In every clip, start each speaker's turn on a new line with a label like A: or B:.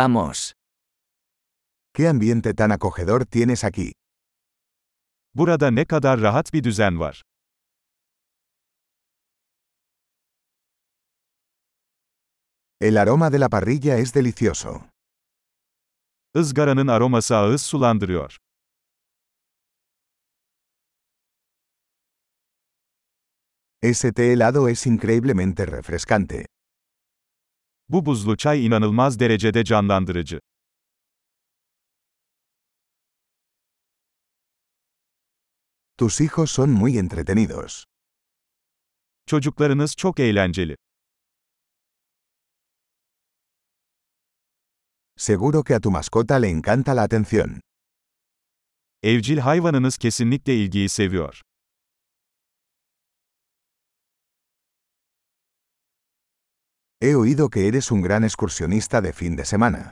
A: Vamos.
B: ¿Qué ambiente tan acogedor tienes aquí?
C: Burada ne kadar rahat bir düzen var.
B: El aroma de la parrilla es delicioso.
C: Izgaranın aroması ağız sulandırıyor.
B: Ese té helado es increíblemente refrescante.
C: Bu buzlu çay inanılmaz derecede canlandırıcı.
B: Tus hijos son muy entretenidos.
C: Çocuklarınız çok eğlenceli.
B: Seguro que a tu mascota le encanta la atención.
C: Evcil hayvanınız kesinlikle ilgiyi seviyor.
B: He oído que eres un gran excursionista de fin de semana.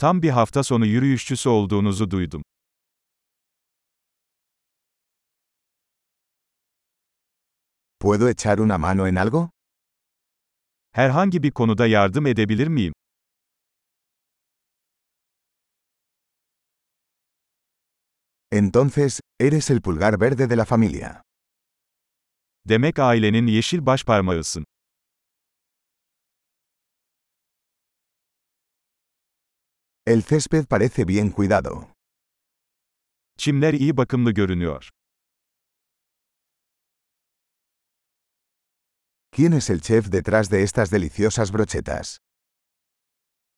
C: Tam bir hafta sonu yürüyüşçüsü olduğunuzu duydum.
B: ¿Puedo echar una mano en algo?
C: Herhangi bir konuda yardım edebilir miyim?
B: Entonces, eres el pulgar verde de la familia.
C: Demek ailenin yeşil başparmağısın.
B: El césped parece bien cuidado.
C: Çimler iyi bakımlı görünüyor.
B: ¿Quién es el chef detrás de estas deliciosas brochetas?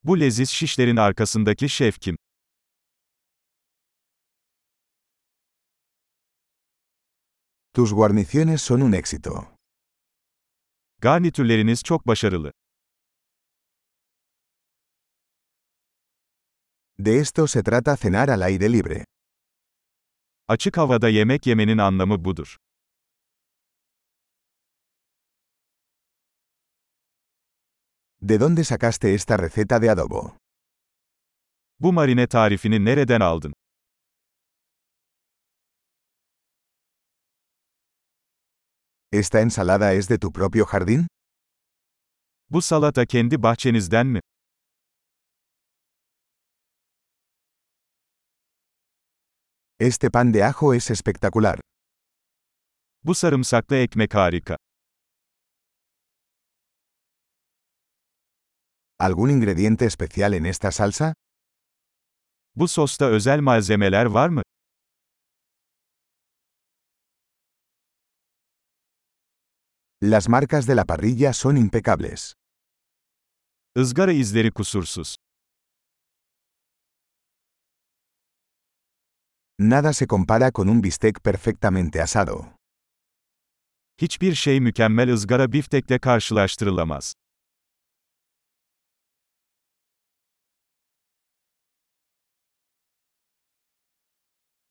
C: Bu leziz şişlerin arkasındaki şef kim?
B: Tus guarniciones son un éxito.
C: Garnitürleriniz çok başarılı.
B: De esto se trata cenar al aire libre.
C: Açık havada yemek yemenin anlamı budur.
B: ¿De dónde sacaste esta receta de adobo?
C: Bu marine tarifini nereden aldın?
B: ¿Esta ensalada es de tu propio jardín?
C: Bu salata kendi bahçenizden mi?
B: Este pan de ajo es espectacular.
C: Bu sarımsaklı ekmek harika.
B: ¿Algún ingrediente especial en esta salsa?
C: Bu sosta özel malzemeler var mı?
B: Las marcas de la parrilla son impecables.
C: Izgara izleri kusursuz.
B: Nada se compara con un bistec perfectamente asado.
C: Hiçbir şey mükemmel ızgara biftekle karşılaştırılamaz.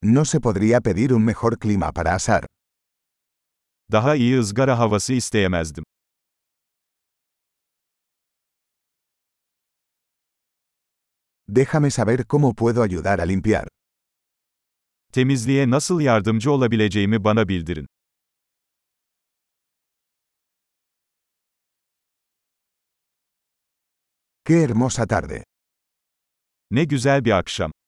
B: No se podría pedir un mejor clima para asar.
C: Daha iyi ızgara havası isteyemezdim.
B: Déjame saber cómo puedo ayudar a limpiar.
C: Temizliğe nasıl yardımcı olabileceğimi bana bildirin.
B: Qué hermosa tarde.
C: Ne güzel bir akşam.